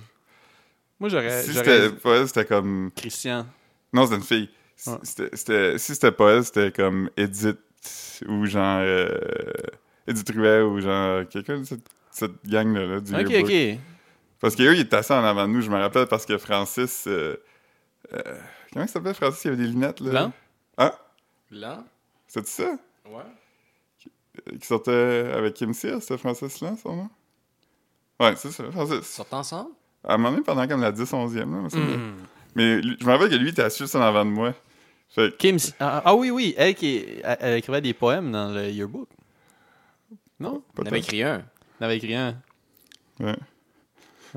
Speaker 2: Moi, j'aurais.
Speaker 1: si
Speaker 2: j'aurais-
Speaker 1: c'était pas elle, c'était comme.
Speaker 2: Christian.
Speaker 1: Non, c'était une fille. Si
Speaker 2: Ouais.
Speaker 1: c'était- c'était- si c'était pas elle, c'était comme Edith ou genre. euh, Edith Ruet ou genre quelqu'un de cette, cette gang-là là, du
Speaker 2: Ok,
Speaker 1: yearbook.
Speaker 2: ok.
Speaker 1: Parce qu'eux, ils étaient assis en avant de nous, je me rappelle, parce que Francis. euh, euh, comment il s'appelait Francis Il avait des lunettes, là.
Speaker 2: Blanc?
Speaker 1: Hein
Speaker 3: Blanc?
Speaker 1: C'était ça Euh,
Speaker 3: Ouais.
Speaker 1: qui sortait avec Kim Sear, c'était Francis Lan, son nom? Ouais, c'est ça,
Speaker 3: Ils
Speaker 1: Francis.
Speaker 3: sortent ensemble?
Speaker 1: À un moment donné, pendant comme la 10-11e, là, me semble.
Speaker 2: Hmm.
Speaker 1: Mais lui- je me rappelle que lui, était assis juste en avant de moi. Fait que,
Speaker 2: Kim. Ah, ah oui, oui. Elle, qui, elle, elle écrivait des poèmes dans le yearbook. Non?
Speaker 3: On avait
Speaker 1: peut-être.
Speaker 3: écrit un.
Speaker 2: Elle n'avait écrit un. Euh,
Speaker 1: Ouais.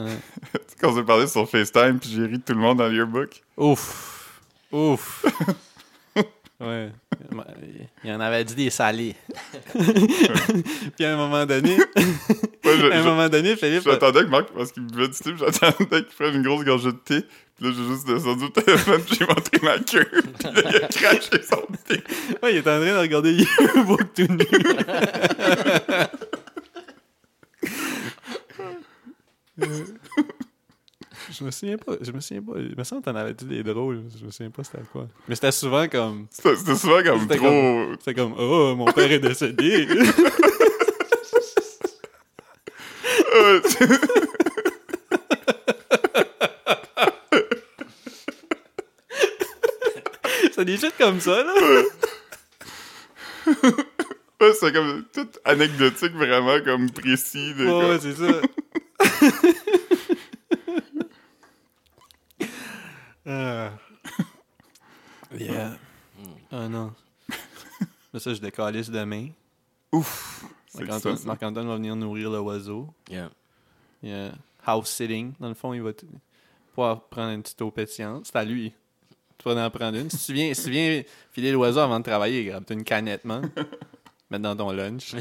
Speaker 2: Ouais.
Speaker 1: Tu sais, Quand on s'est parlé sur FaceTime, puis j'ai ri de tout le monde dans le yearbook.
Speaker 2: Ouf. Ouf. ouais. Il en avait dit des salés. Puis à un moment donné,
Speaker 1: Moi, je-
Speaker 2: à un
Speaker 1: je-
Speaker 2: moment donné, Philippe.
Speaker 1: J'attendais que Marc, parce qu'il buvait du thé, puis j'attendais qu'il prenne une grosse gorgée de thé. Puis là, j'ai juste descendu au téléphone, puis j'ai montré ma queue, puis là, il a craché son thé.
Speaker 2: Ouais, il était en train de regarder Yearbook tout nu. Euh, je me souviens pas, je me souviens pas. Il me semble que t'en avais dit des drôles, je me souviens pas c'était à quoi. Mais c'était souvent comme,
Speaker 1: C'était c'était souvent comme
Speaker 2: C'était
Speaker 1: trop.
Speaker 2: c'était comme, oh, mon père est décédé.
Speaker 1: Euh,
Speaker 2: c'était des choses comme ça, là.
Speaker 1: Ouais, c'est comme tout anecdotique, vraiment comme précis. De,
Speaker 2: Ouais,
Speaker 1: comme-
Speaker 2: ouais, c'est ça. Ah. Yeah. Ah non. Mais ça, je décalisse demain.
Speaker 1: Ouf! C'est que ça,
Speaker 2: Marc-Antoine
Speaker 1: ça.
Speaker 2: Marc-Antoine va venir nourrir le oiseau.
Speaker 3: Yeah.
Speaker 2: Il y a house sitting. Dans le fond, il va t- pouvoir prendre une petite eau pétillante. C'est à lui. Tu vas en prendre une. Si tu viens, si tu viens filer l'oiseau avant de travailler, grave, t'as une canette, man. Mettre dans ton lunch.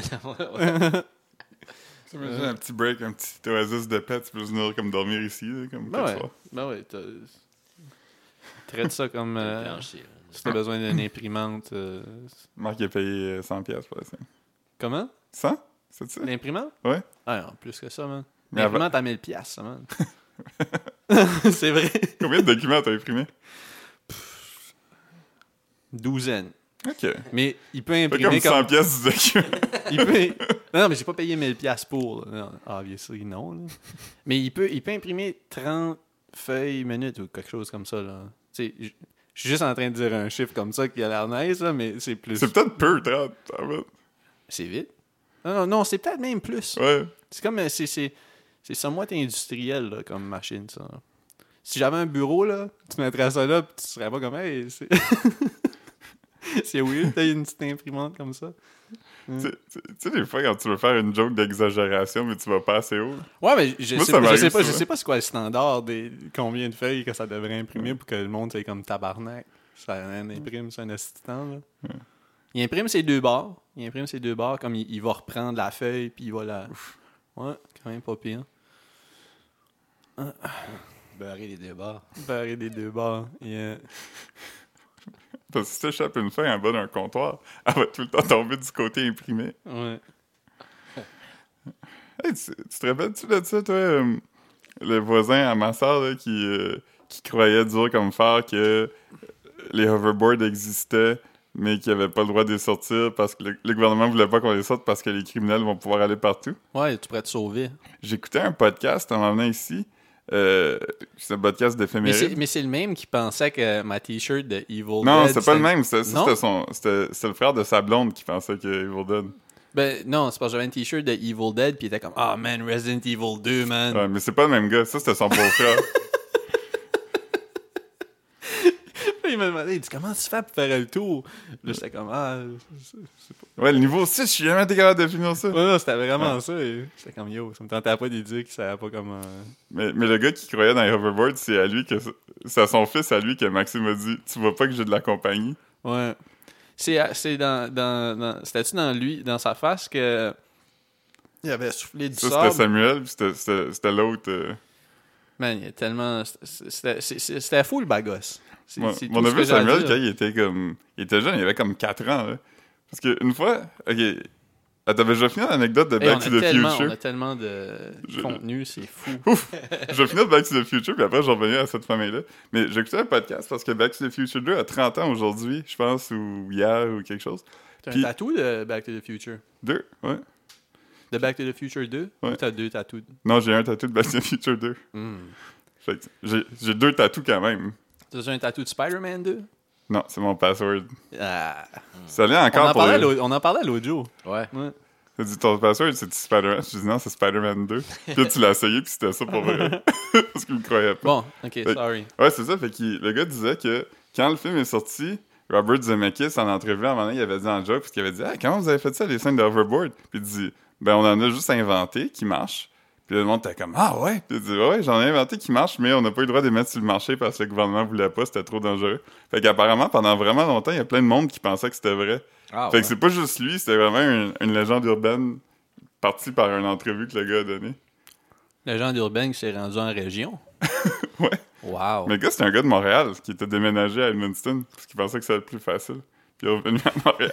Speaker 1: T'imagines un petit break, un petit oasis de paix, tu peux venir comme dormir ici, là, comme
Speaker 2: Ben
Speaker 1: quatre
Speaker 2: ouais.
Speaker 1: soirs.
Speaker 2: Ben ouais, t'as- Traite ça comme euh,
Speaker 3: Plancher, là.
Speaker 2: si t'as besoin d'une imprimante. euh,
Speaker 1: Marc il a payé euh, 100 pièces pour ça.
Speaker 2: Comment?
Speaker 1: 100? C'est ça?
Speaker 2: L'imprimante?
Speaker 1: Ouais.
Speaker 2: Ah non, plus que ça, man.
Speaker 1: Mais avant-
Speaker 2: L'imprimante à 1000$, piastres, ça, man. C'est vrai.
Speaker 1: Combien de documents t'as imprimé?
Speaker 2: Douzaine.
Speaker 1: Ok. Fait
Speaker 2: Mais il peut
Speaker 1: comme
Speaker 2: imprimer
Speaker 1: 100
Speaker 2: comme
Speaker 1: pièces de documents.
Speaker 2: Il peut... Non, non, mais j'ai pas payé 1000 pièces pour. là. Non, obviously, non. là. Mais il peut, il peut imprimer 30 feuilles minutes ou quelque chose comme ça. là. Tu sais, j- je suis juste en train de dire un chiffre comme ça qui a l'air nice, là, mais c'est plus...
Speaker 1: C'est peut-être peu, 30. en fait.
Speaker 2: C'est vite. Non, non, non, c'est peut-être même plus.
Speaker 1: Ouais.
Speaker 2: C'est comme... euh, C'est, c'est, c'est somewhat industriel là, comme machine, ça. Si j'avais un bureau, là, tu mettrais ça là, puis tu serais pas comme... Hey, c'est... c'est weird, t'as une petite imprimante comme ça.
Speaker 1: Tu sais- tu sais, des fois, quand tu veux faire une joke d'exagération, mais tu vas pas assez haut.
Speaker 2: Ouais, mais je,
Speaker 1: Moi,
Speaker 2: sais,
Speaker 1: ça
Speaker 2: pas, je,
Speaker 1: m'arrive
Speaker 2: sais pas, je
Speaker 1: souvent.
Speaker 2: sais pas c'est quoi le standard des combien de feuilles que ça devrait imprimer pour que le monde soit comme tabarnak. Ça en imprime, c'est un assistant, là. Il imprime ses deux barres. Il imprime ses deux barres comme il, il va reprendre la feuille puis il va la. Ouais, quand même pas pire.
Speaker 3: Beurrer les débats.
Speaker 2: Barrer des deux barres. Yeah.
Speaker 1: Parce que si t'échappes une feuille en bas d'un comptoir, elle va tout le temps tomber du côté imprimé.
Speaker 2: Ouais.
Speaker 1: Hey, tu, tu te rappelles-tu de ça, toi? euh, le voisin à ma soeur là, qui, euh, qui croyait dur comme fer que euh, les hoverboards existaient, mais qu'il n'y avait pas le droit de les sortir parce que le, le gouvernement voulait pas qu'on les sorte parce que les criminels vont pouvoir aller partout.
Speaker 2: Ouais, tu pourrais te sauver.
Speaker 1: J'écoutais un podcast en m'en ici. Euh, c'est un podcast
Speaker 2: Mais c'est,
Speaker 1: d'éphéméride.
Speaker 2: mais c'est le même qui pensait que ma t-shirt de Evil
Speaker 1: Non,
Speaker 2: Dead,
Speaker 1: c'est pas le
Speaker 2: un-
Speaker 1: même. c'est- ça,
Speaker 2: Non?
Speaker 1: C'était son- c'était- c'était le frère de sa blonde qui pensait que Evil Dead.
Speaker 2: Ben non, c'est parce que j'avais un t-shirt de Evil Dead puis il était comme ah man Resident Evil 2 man.
Speaker 1: Ouais, mais c'est pas le même gars. Ça, c'était son beau-frère.
Speaker 2: il m'a demandé il dit comment tu fais pour faire le tour. Là j'étais comme ah
Speaker 1: ouais, le niveau 6, je suis jamais été capable de finir ça.
Speaker 2: Ouais, non, c'était vraiment ça. et J'étais comme yo, ça me tentait pas de dire qu'il savait pas comment.
Speaker 1: Mais, mais le gars qui croyait dans les hoverboards, c'est à lui que. C'est à son fils, à lui, que Maxime a dit Tu vois pas que j'ai de la compagnie.
Speaker 2: Ouais. C'est, à- c'est dans, dans, dans- C'était-tu dans lui, dans sa face que. Il avait soufflé du
Speaker 1: Ça,
Speaker 2: sable.
Speaker 1: c'était Samuel, puis c'était- c'était c'était l'autre. euh.
Speaker 2: Man, il y a tellement. C'était, c'est- c'est- c'était fou le bagos. C'est,
Speaker 1: Mon
Speaker 2: c'est tout
Speaker 1: mon
Speaker 2: ce que
Speaker 1: neveu
Speaker 2: j'ai à
Speaker 1: Samuel,
Speaker 2: dire.
Speaker 1: quand il était comme. Il était jeune, il avait comme 4 ans, là. Parce qu'une fois. Ok. Ah, t'avais déjà fini l'anecdote de
Speaker 2: Hey, on,
Speaker 1: Back
Speaker 2: a
Speaker 1: to the
Speaker 2: tellement, on
Speaker 1: Future.
Speaker 2: a tellement de
Speaker 1: Je-
Speaker 2: contenu, c'est fou.
Speaker 1: je vais finir Back to the Future, puis après, je revenais à cette famille-là. Mais j'écoutais un podcast parce que Back to the Future 2 a 30 ans aujourd'hui, je pense, ou hier, ou quelque chose.
Speaker 2: T'as
Speaker 1: Puis-
Speaker 2: un tatou de Back to the Future.
Speaker 1: Deux, ouais.
Speaker 2: De Back to the Future 2
Speaker 1: Ouais.
Speaker 2: ou t'as deux tatous
Speaker 1: Non, j'ai un tatou de Back to the Future 2.
Speaker 2: Hmm.
Speaker 1: Fait que j'ai j'ai deux tatous quand même.
Speaker 2: T'as un tatou de Spider-Man 2
Speaker 1: Non, c'est mon password.
Speaker 2: Ah.
Speaker 1: Ça l'est
Speaker 2: on,
Speaker 1: encore
Speaker 2: en
Speaker 1: pour
Speaker 2: parlait
Speaker 1: les-
Speaker 2: l'autre- on en parlait l'autre jour.
Speaker 3: Ouais.
Speaker 2: Ouais.
Speaker 1: T'as dit ton password, c'est Spider-Man. Je dis non, c'est Spider-Man 2. Puis là, tu l'as essayé, puis c'était ça pour vrai. Parce qu'il me croyait pas.
Speaker 2: Bon, ok,
Speaker 1: Fait-
Speaker 2: sorry.
Speaker 1: Ouais, c'est ça. Fait que le gars disait que quand le film est sorti, Robert Zemeckis, en entrevue, à un moment donné, il avait dit en joke, parce qu'il avait dit Ah, comment vous avez fait ça, les scènes de Hoverboard Puis il dit Ben, on en a juste inventé qui marche. Puis le monde était comme Ah ouais Puis il dit Ouais, Ouais, j'en ai inventé qui marche, mais on n'a pas eu le droit de les mettre sur le marché parce que le gouvernement voulait pas, c'était trop dangereux. Fait qu'apparemment, pendant vraiment longtemps, il y a plein de monde qui pensait que c'était vrai.
Speaker 3: Ah,
Speaker 1: fait
Speaker 3: ouais.
Speaker 1: que c'est pas juste lui, c'était vraiment une, une légende urbaine partie par une entrevue que le gars a donnée.
Speaker 2: Le genre d'urbain qui s'est rendu en région.
Speaker 1: Ouais.
Speaker 2: Wow.
Speaker 1: Mais le gars, c'était un gars de Montréal qui était déménagé à Edmundston parce qu'il pensait que ça allait être plus facile. Puis il est revenu à Montréal.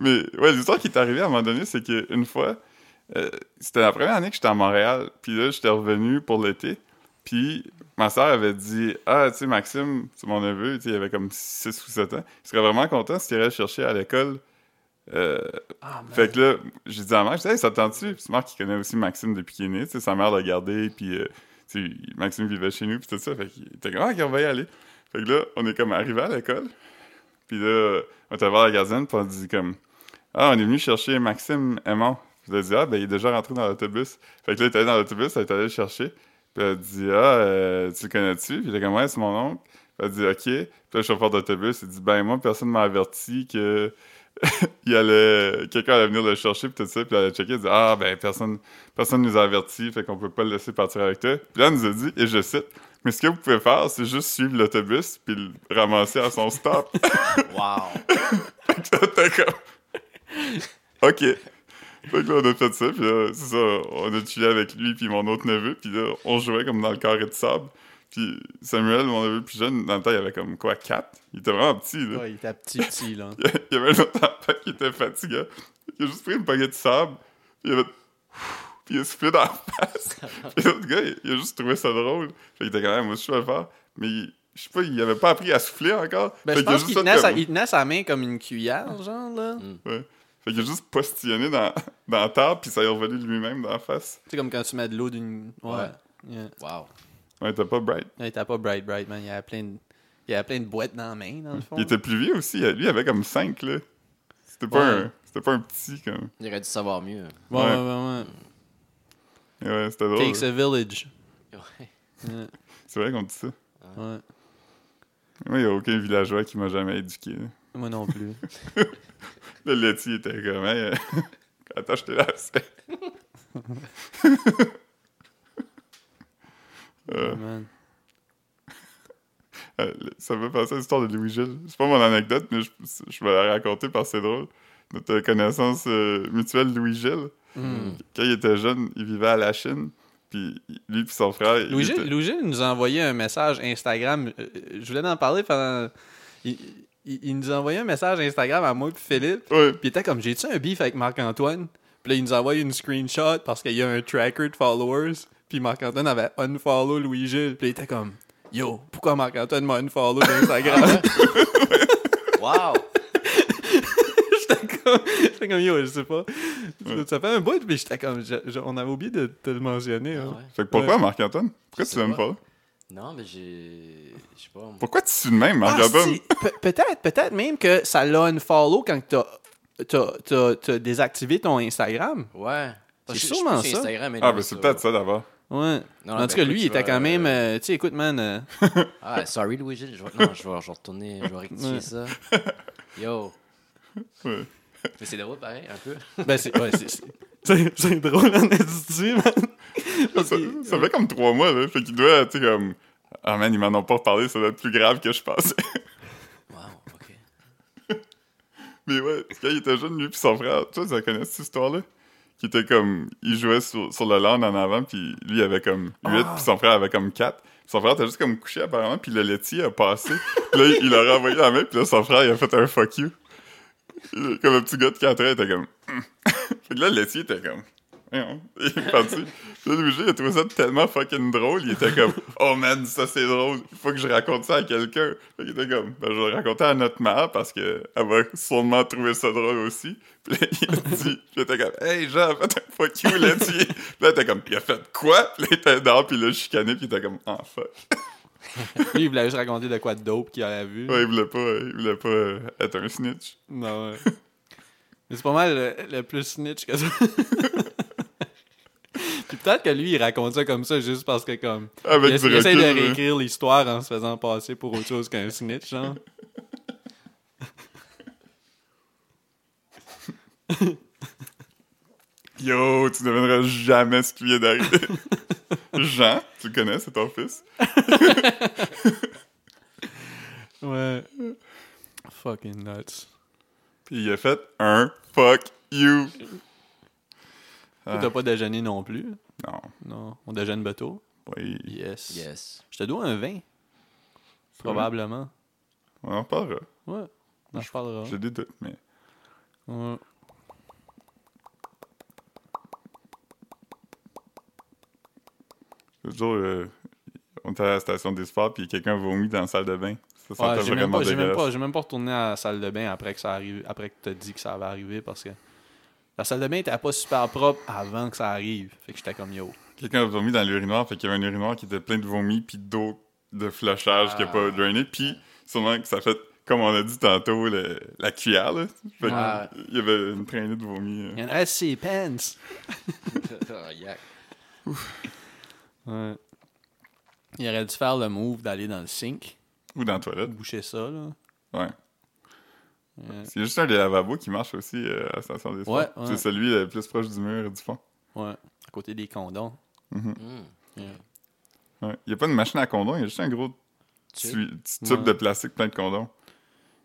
Speaker 1: Mais ouais, l'histoire qui est arrivée à un moment donné, c'est qu'une fois, euh, c'était la première année que j'étais à Montréal. Puis là, j'étais revenu pour l'été. Puis ma soeur avait dit Ah, tu sais, Maxime, c'est mon neveu, tu sais, il avait comme 6 ou 7 ans. Il serait vraiment content s'il irait le chercher à l'école. Euh,
Speaker 2: Ah, man.
Speaker 1: fait que là, j'ai dit à Marc, je dis, hey, ça te tente-tu? Puis c'est Marc qui connaît aussi Maxime depuis qu'il est né, tu sais, sa mère l'a gardé, puis euh, tu sais, Maxime vivait chez nous, puis tout ça. Fait qu'il était comme, ah, ok, on va y aller. Fait que là, on est comme arrivé à l'école, puis là, on était voir la gardienne, puis on dit comme, ah, on est venu chercher Maxime Aimant. Puis elle a dit, ah, ben, il est déjà rentré dans l'autobus. Fait que là, il est allé dans l'autobus, elle est allée le chercher, puis elle a dit, ah, euh, tu le connais-tu? Puis il était comme, ouais, c'est mon oncle. Puis elle a dit, ok. Puis là, le chauffeur d'autobus, il dit, ben, moi, personne m'a averti que il allait quelqu'un allait venir le chercher puis tout ça puis elle allait checker il dit ah ben personne personne nous a averti fait qu'on peut pas le laisser partir avec toi puis là elle nous a dit et je cite mais ce que vous pouvez faire c'est juste suivre l'autobus puis le ramasser à son stop
Speaker 3: Wow.
Speaker 1: T'es comme ok fait que là, on a fait ça puis là c'est ça on a tué avec lui puis mon autre neveu puis là on jouait comme dans le carré de sable puis Samuel mon neveu plus jeune dans le temps il avait comme quoi 4 il était vraiment petit là
Speaker 2: Ouais, il était petit, petit, là.
Speaker 1: il y avait un autre enfant qui était fatigué. Il a juste pris une baguette de sable, puis il a fait... Puis il a soufflé dans la face. Puis l'autre gars, il, il a juste trouvé ça drôle. Fait qu'il était quand même, moi, je vais le faire. Mais il- je sais pas, il avait pas appris à souffler encore.
Speaker 2: Ben,
Speaker 1: fait
Speaker 2: je
Speaker 1: qu'il a
Speaker 2: pense
Speaker 1: juste
Speaker 2: qu'il
Speaker 1: fait
Speaker 2: tenait, sa,
Speaker 1: comme-
Speaker 2: il tenait sa main comme une cuillère, genre, là.
Speaker 1: Ouais. Fait qu'il a juste postillonné dans, dans la table, puis ça lui est revenu lui-même dans la face.
Speaker 2: Tu sais, comme quand tu mets de l'eau d'une. Ouais.
Speaker 3: Ouais.
Speaker 2: Yeah.
Speaker 3: Wow.
Speaker 1: Ouais, t'as pas bright.
Speaker 2: Il était pas bright, bright, man. Il y avait plein de, il y avait plein de boîtes dans la main, dans le fond.
Speaker 1: Il était plus vieux aussi. euh, Lui, il avait comme 5, là. C'était pas,
Speaker 2: Ouais.
Speaker 1: un, c'était pas un petit, comme.
Speaker 3: Il aurait dû savoir mieux.
Speaker 2: Ouais, ouais, ouais.
Speaker 1: Ouais, c'était
Speaker 2: ouais.
Speaker 1: drôle.
Speaker 2: Takes a village.
Speaker 3: Ouais.
Speaker 2: Yeah.
Speaker 1: C'est vrai qu'on dit ça.
Speaker 2: Ouais.
Speaker 1: Moi, il y a aucun villageois qui m'a jamais éduqué. là.
Speaker 2: Moi non plus.
Speaker 1: Le laitier était comme, hey, euh, attends, je te laisse. Euh,
Speaker 2: Man.
Speaker 1: euh, ça me fait penser à l'histoire de Louis-Gilles. C'est pas mon anecdote, mais je, je vais la raconter parce que c'est drôle. Notre connaissance euh, mutuelle Louis-Gilles,
Speaker 3: Hmm.
Speaker 2: Mm.
Speaker 1: quand il était jeune, il vivait à la Chine. Puis lui puis son frère... ils
Speaker 2: Louis-Gilles
Speaker 1: étaient-
Speaker 2: Louis-Gilles nous a envoyé un message Instagram. Euh, Je voulais en parler pendant. Il, il- il nous a envoyé un message Instagram à moi et Philippe.
Speaker 1: Ouais.
Speaker 2: Puis il était comme, j'ai-tu un beef avec Marc-Antoine? Puis là, il nous a envoyé une screenshot parce qu'il y a un tracker de followers. Puis Marc-Antoine avait unfollow Louis-Gilles. Puis il était comme Yo, pourquoi Marc-Antoine m'a unfollow sur Instagram?
Speaker 3: Wow!
Speaker 2: J'étais comme, j'étais comme, yo, je sais pas. Ça fait un bout, puis j'étais comme, je- je- on avait oublié de te le mentionner.
Speaker 3: Ah
Speaker 2: hein.
Speaker 3: ouais.
Speaker 1: Fait que pourquoi Marc-Antoine? Pourquoi
Speaker 3: Je
Speaker 1: tu
Speaker 3: sais
Speaker 1: l'aimes
Speaker 3: pas.
Speaker 1: pas?
Speaker 3: Non, mais j'ai. Je sais pas.
Speaker 1: Pourquoi tu suis de même,
Speaker 2: Ah,
Speaker 1: Marc-Antoine?
Speaker 2: si, pe- peut-être, peut-être même que ça l'a unfollow quand t'as, t'as, t'as- t'as désactivé ton Instagram.
Speaker 3: Ouais.
Speaker 2: C'est
Speaker 3: Je- je suis
Speaker 2: sûrement
Speaker 3: plus
Speaker 2: ça.
Speaker 3: Instagram, mais
Speaker 1: ah,
Speaker 3: non,
Speaker 1: ben
Speaker 3: ça.
Speaker 1: c'est peut-être ça d'abord.
Speaker 2: Ouais.
Speaker 3: Non,
Speaker 2: en
Speaker 3: ben,
Speaker 2: tout cas, lui, il
Speaker 3: écoute,
Speaker 2: était
Speaker 3: je
Speaker 2: quand
Speaker 3: vais-
Speaker 2: même. euh, tu sais, écoute, man. euh,
Speaker 3: Ah, sorry Louis-Gilles. Je vais... Non, je vais, je vais retourner, je vais rectifier
Speaker 2: Ouais.
Speaker 3: ça. Yo.
Speaker 1: Ouais.
Speaker 3: Mais c'est drôle, pareil, un peu.
Speaker 2: ben, c'est, ouais, c'est, c'est, c'est- c'est drôle en esti, man. Parce
Speaker 1: Ça,
Speaker 2: que-
Speaker 1: ça fait comme trois mois, là. Fait qu'il doit, tu sais, comme. Ah, man, ils m'en ont pas reparlé, ça doit être plus grave que je pensais.
Speaker 3: Wow, ok.
Speaker 1: Mais ouais, parce que quand il était jeune, lui puis son frère, tu vois, tu connais cette histoire-là? Qui était comme. Il jouait sur, sur le land en avant, puis lui il avait comme 8, puis son frère avait comme 4. Son frère était juste comme couché apparemment, puis le laitier a passé. puis là, il leur a envoyé la main, puis là, son frère, il a fait un fuck you. Il- Comme un petit gars de 4 ans, il était comme. Hum. fait que là, le laitier était comme. Voyons. Il est parti. Puis là, Luigi, il a trouvé ça tellement fucking drôle. Il était comme, oh man, ça c'est drôle. Il faut que je raconte ça à quelqu'un. Fait qu'il était comme, ben, je vais le raconter à notre mère parce qu'elle va sûrement trouver ça drôle aussi. Puis là, il a dit, puis il était comme, hey Jean, fais un fuck you là-dessus. Puis là, il était comme, il a fait quoi? Puis là, il était dehors, puis il l'a chicané, puis il était comme, ah fuck.
Speaker 2: lui, il voulait juste raconter de quoi de dope qu'il avait vu.
Speaker 1: Ouais, il voulait pas, il voulait pas euh, être un snitch.
Speaker 2: Non, Bah ouais. Mais c'est pas mal le, le plus snitch que ça. Puis peut-être que lui, il raconte ça comme ça juste parce que, comme.
Speaker 1: Avec
Speaker 2: il
Speaker 1: du
Speaker 2: essa- il essaie
Speaker 1: recul,
Speaker 2: de
Speaker 1: ouais.
Speaker 2: réécrire l'histoire en se faisant passer pour autre chose qu'un snitch, genre.
Speaker 1: Yo, tu deviendras jamais ce qui vient d'arriver. Jean, tu le connais, c'est ton fils.
Speaker 2: Ouais. Fucking nuts.
Speaker 1: Puis il a fait un fuck you.
Speaker 2: Toi, T'as pas déjeuné non plus.
Speaker 1: Ah, Non.
Speaker 2: Non. On déjeune bateau.
Speaker 1: Oui.
Speaker 2: Yes.
Speaker 3: Yes.
Speaker 2: Je te dois un vin. Probablement.
Speaker 1: On en parlera.
Speaker 2: Ouais. Non, je parlerai.
Speaker 1: J'ai des doutes, mais.
Speaker 2: Ouais.
Speaker 1: L'autre jour, euh, on était à la station des sports, puis quelqu'un vomit dans la salle de bain. Ça
Speaker 2: Ouais,
Speaker 1: sentait
Speaker 2: j'ai même,
Speaker 1: vraiment
Speaker 2: pas- j'ai même pas,
Speaker 1: dégueulasse.
Speaker 2: j'ai même pas retourné à la salle de bain après que ça arrive, après que t'as dit que ça avait arrivé parce que la salle de bain était pas super propre avant que ça arrive. Fait que j'étais comme yo.
Speaker 1: Quelqu'un a vomi dans l'urinoir, fait qu'il y avait un urinoir qui était plein de vomi, puis d'eau de flushage qui a
Speaker 2: Ah.
Speaker 1: pas drainé. Puis, sûrement que ça fait, comme on a dit tantôt, le- la cuillère, là. Fait que
Speaker 3: Ouais.
Speaker 1: il y avait une traînée de vomi. euh.
Speaker 2: Il y en a assez pants.
Speaker 3: Ah, yak.
Speaker 2: Ouais. Il aurait dû faire le move d'aller dans le sink,
Speaker 1: Ou dans la toilette.
Speaker 2: boucher ça là. Euh,
Speaker 1: Ouais.
Speaker 2: Ouais.
Speaker 1: C'est juste un des lavabos qui marche aussi euh, à la station des sports.
Speaker 2: Ouais, ouais.
Speaker 1: C'est celui le plus proche du mur et du fond.
Speaker 2: Ouais. À côté des condoms.
Speaker 3: Hmm.
Speaker 1: Ouais. Il n'y a pas de machine à condom, il y a juste un gros tu- petit tube
Speaker 2: Ouais.
Speaker 1: de plastique plein de condoms.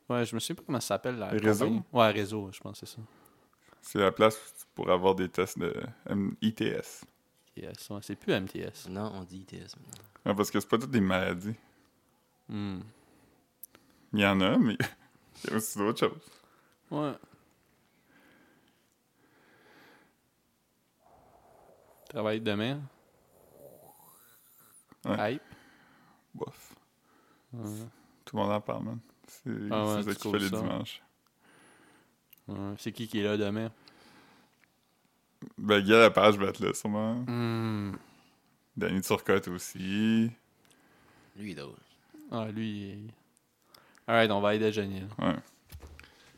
Speaker 2: Ouais, je me souviens pas comment ça s'appelle là.
Speaker 1: Réseau?
Speaker 2: Ouais, réseau, je pense que c'est ça.
Speaker 1: C'est la place pour avoir des tests de euh, ITS.
Speaker 2: Yes, ouais, c'est plus MTS.
Speaker 3: Non, on dit ITS maintenant.
Speaker 1: Ouais, parce que c'est pas toutes des maladies.
Speaker 2: Hmm.
Speaker 1: Il y en a, mais il y a aussi d'autres choses.
Speaker 2: Ouais. Travaille demain.
Speaker 1: Ouais.
Speaker 2: Hype.
Speaker 1: Bof.
Speaker 2: Ouais.
Speaker 1: Tout le monde en parle, man. C'est
Speaker 2: Ah ouais,
Speaker 1: c'est ça
Speaker 2: tu
Speaker 1: qui fait
Speaker 2: trouves
Speaker 1: les
Speaker 2: ça?
Speaker 1: dimanches.
Speaker 2: Ouais. C'est qui qui est là demain?
Speaker 1: Ben, Guy page va être là, sûrement.
Speaker 2: Hmm.
Speaker 1: Danny Turcotte aussi.
Speaker 3: Lui, il est drôle.
Speaker 2: Ah, lui. il est- Alright, on va aller déjeuner. là.
Speaker 1: Ouais.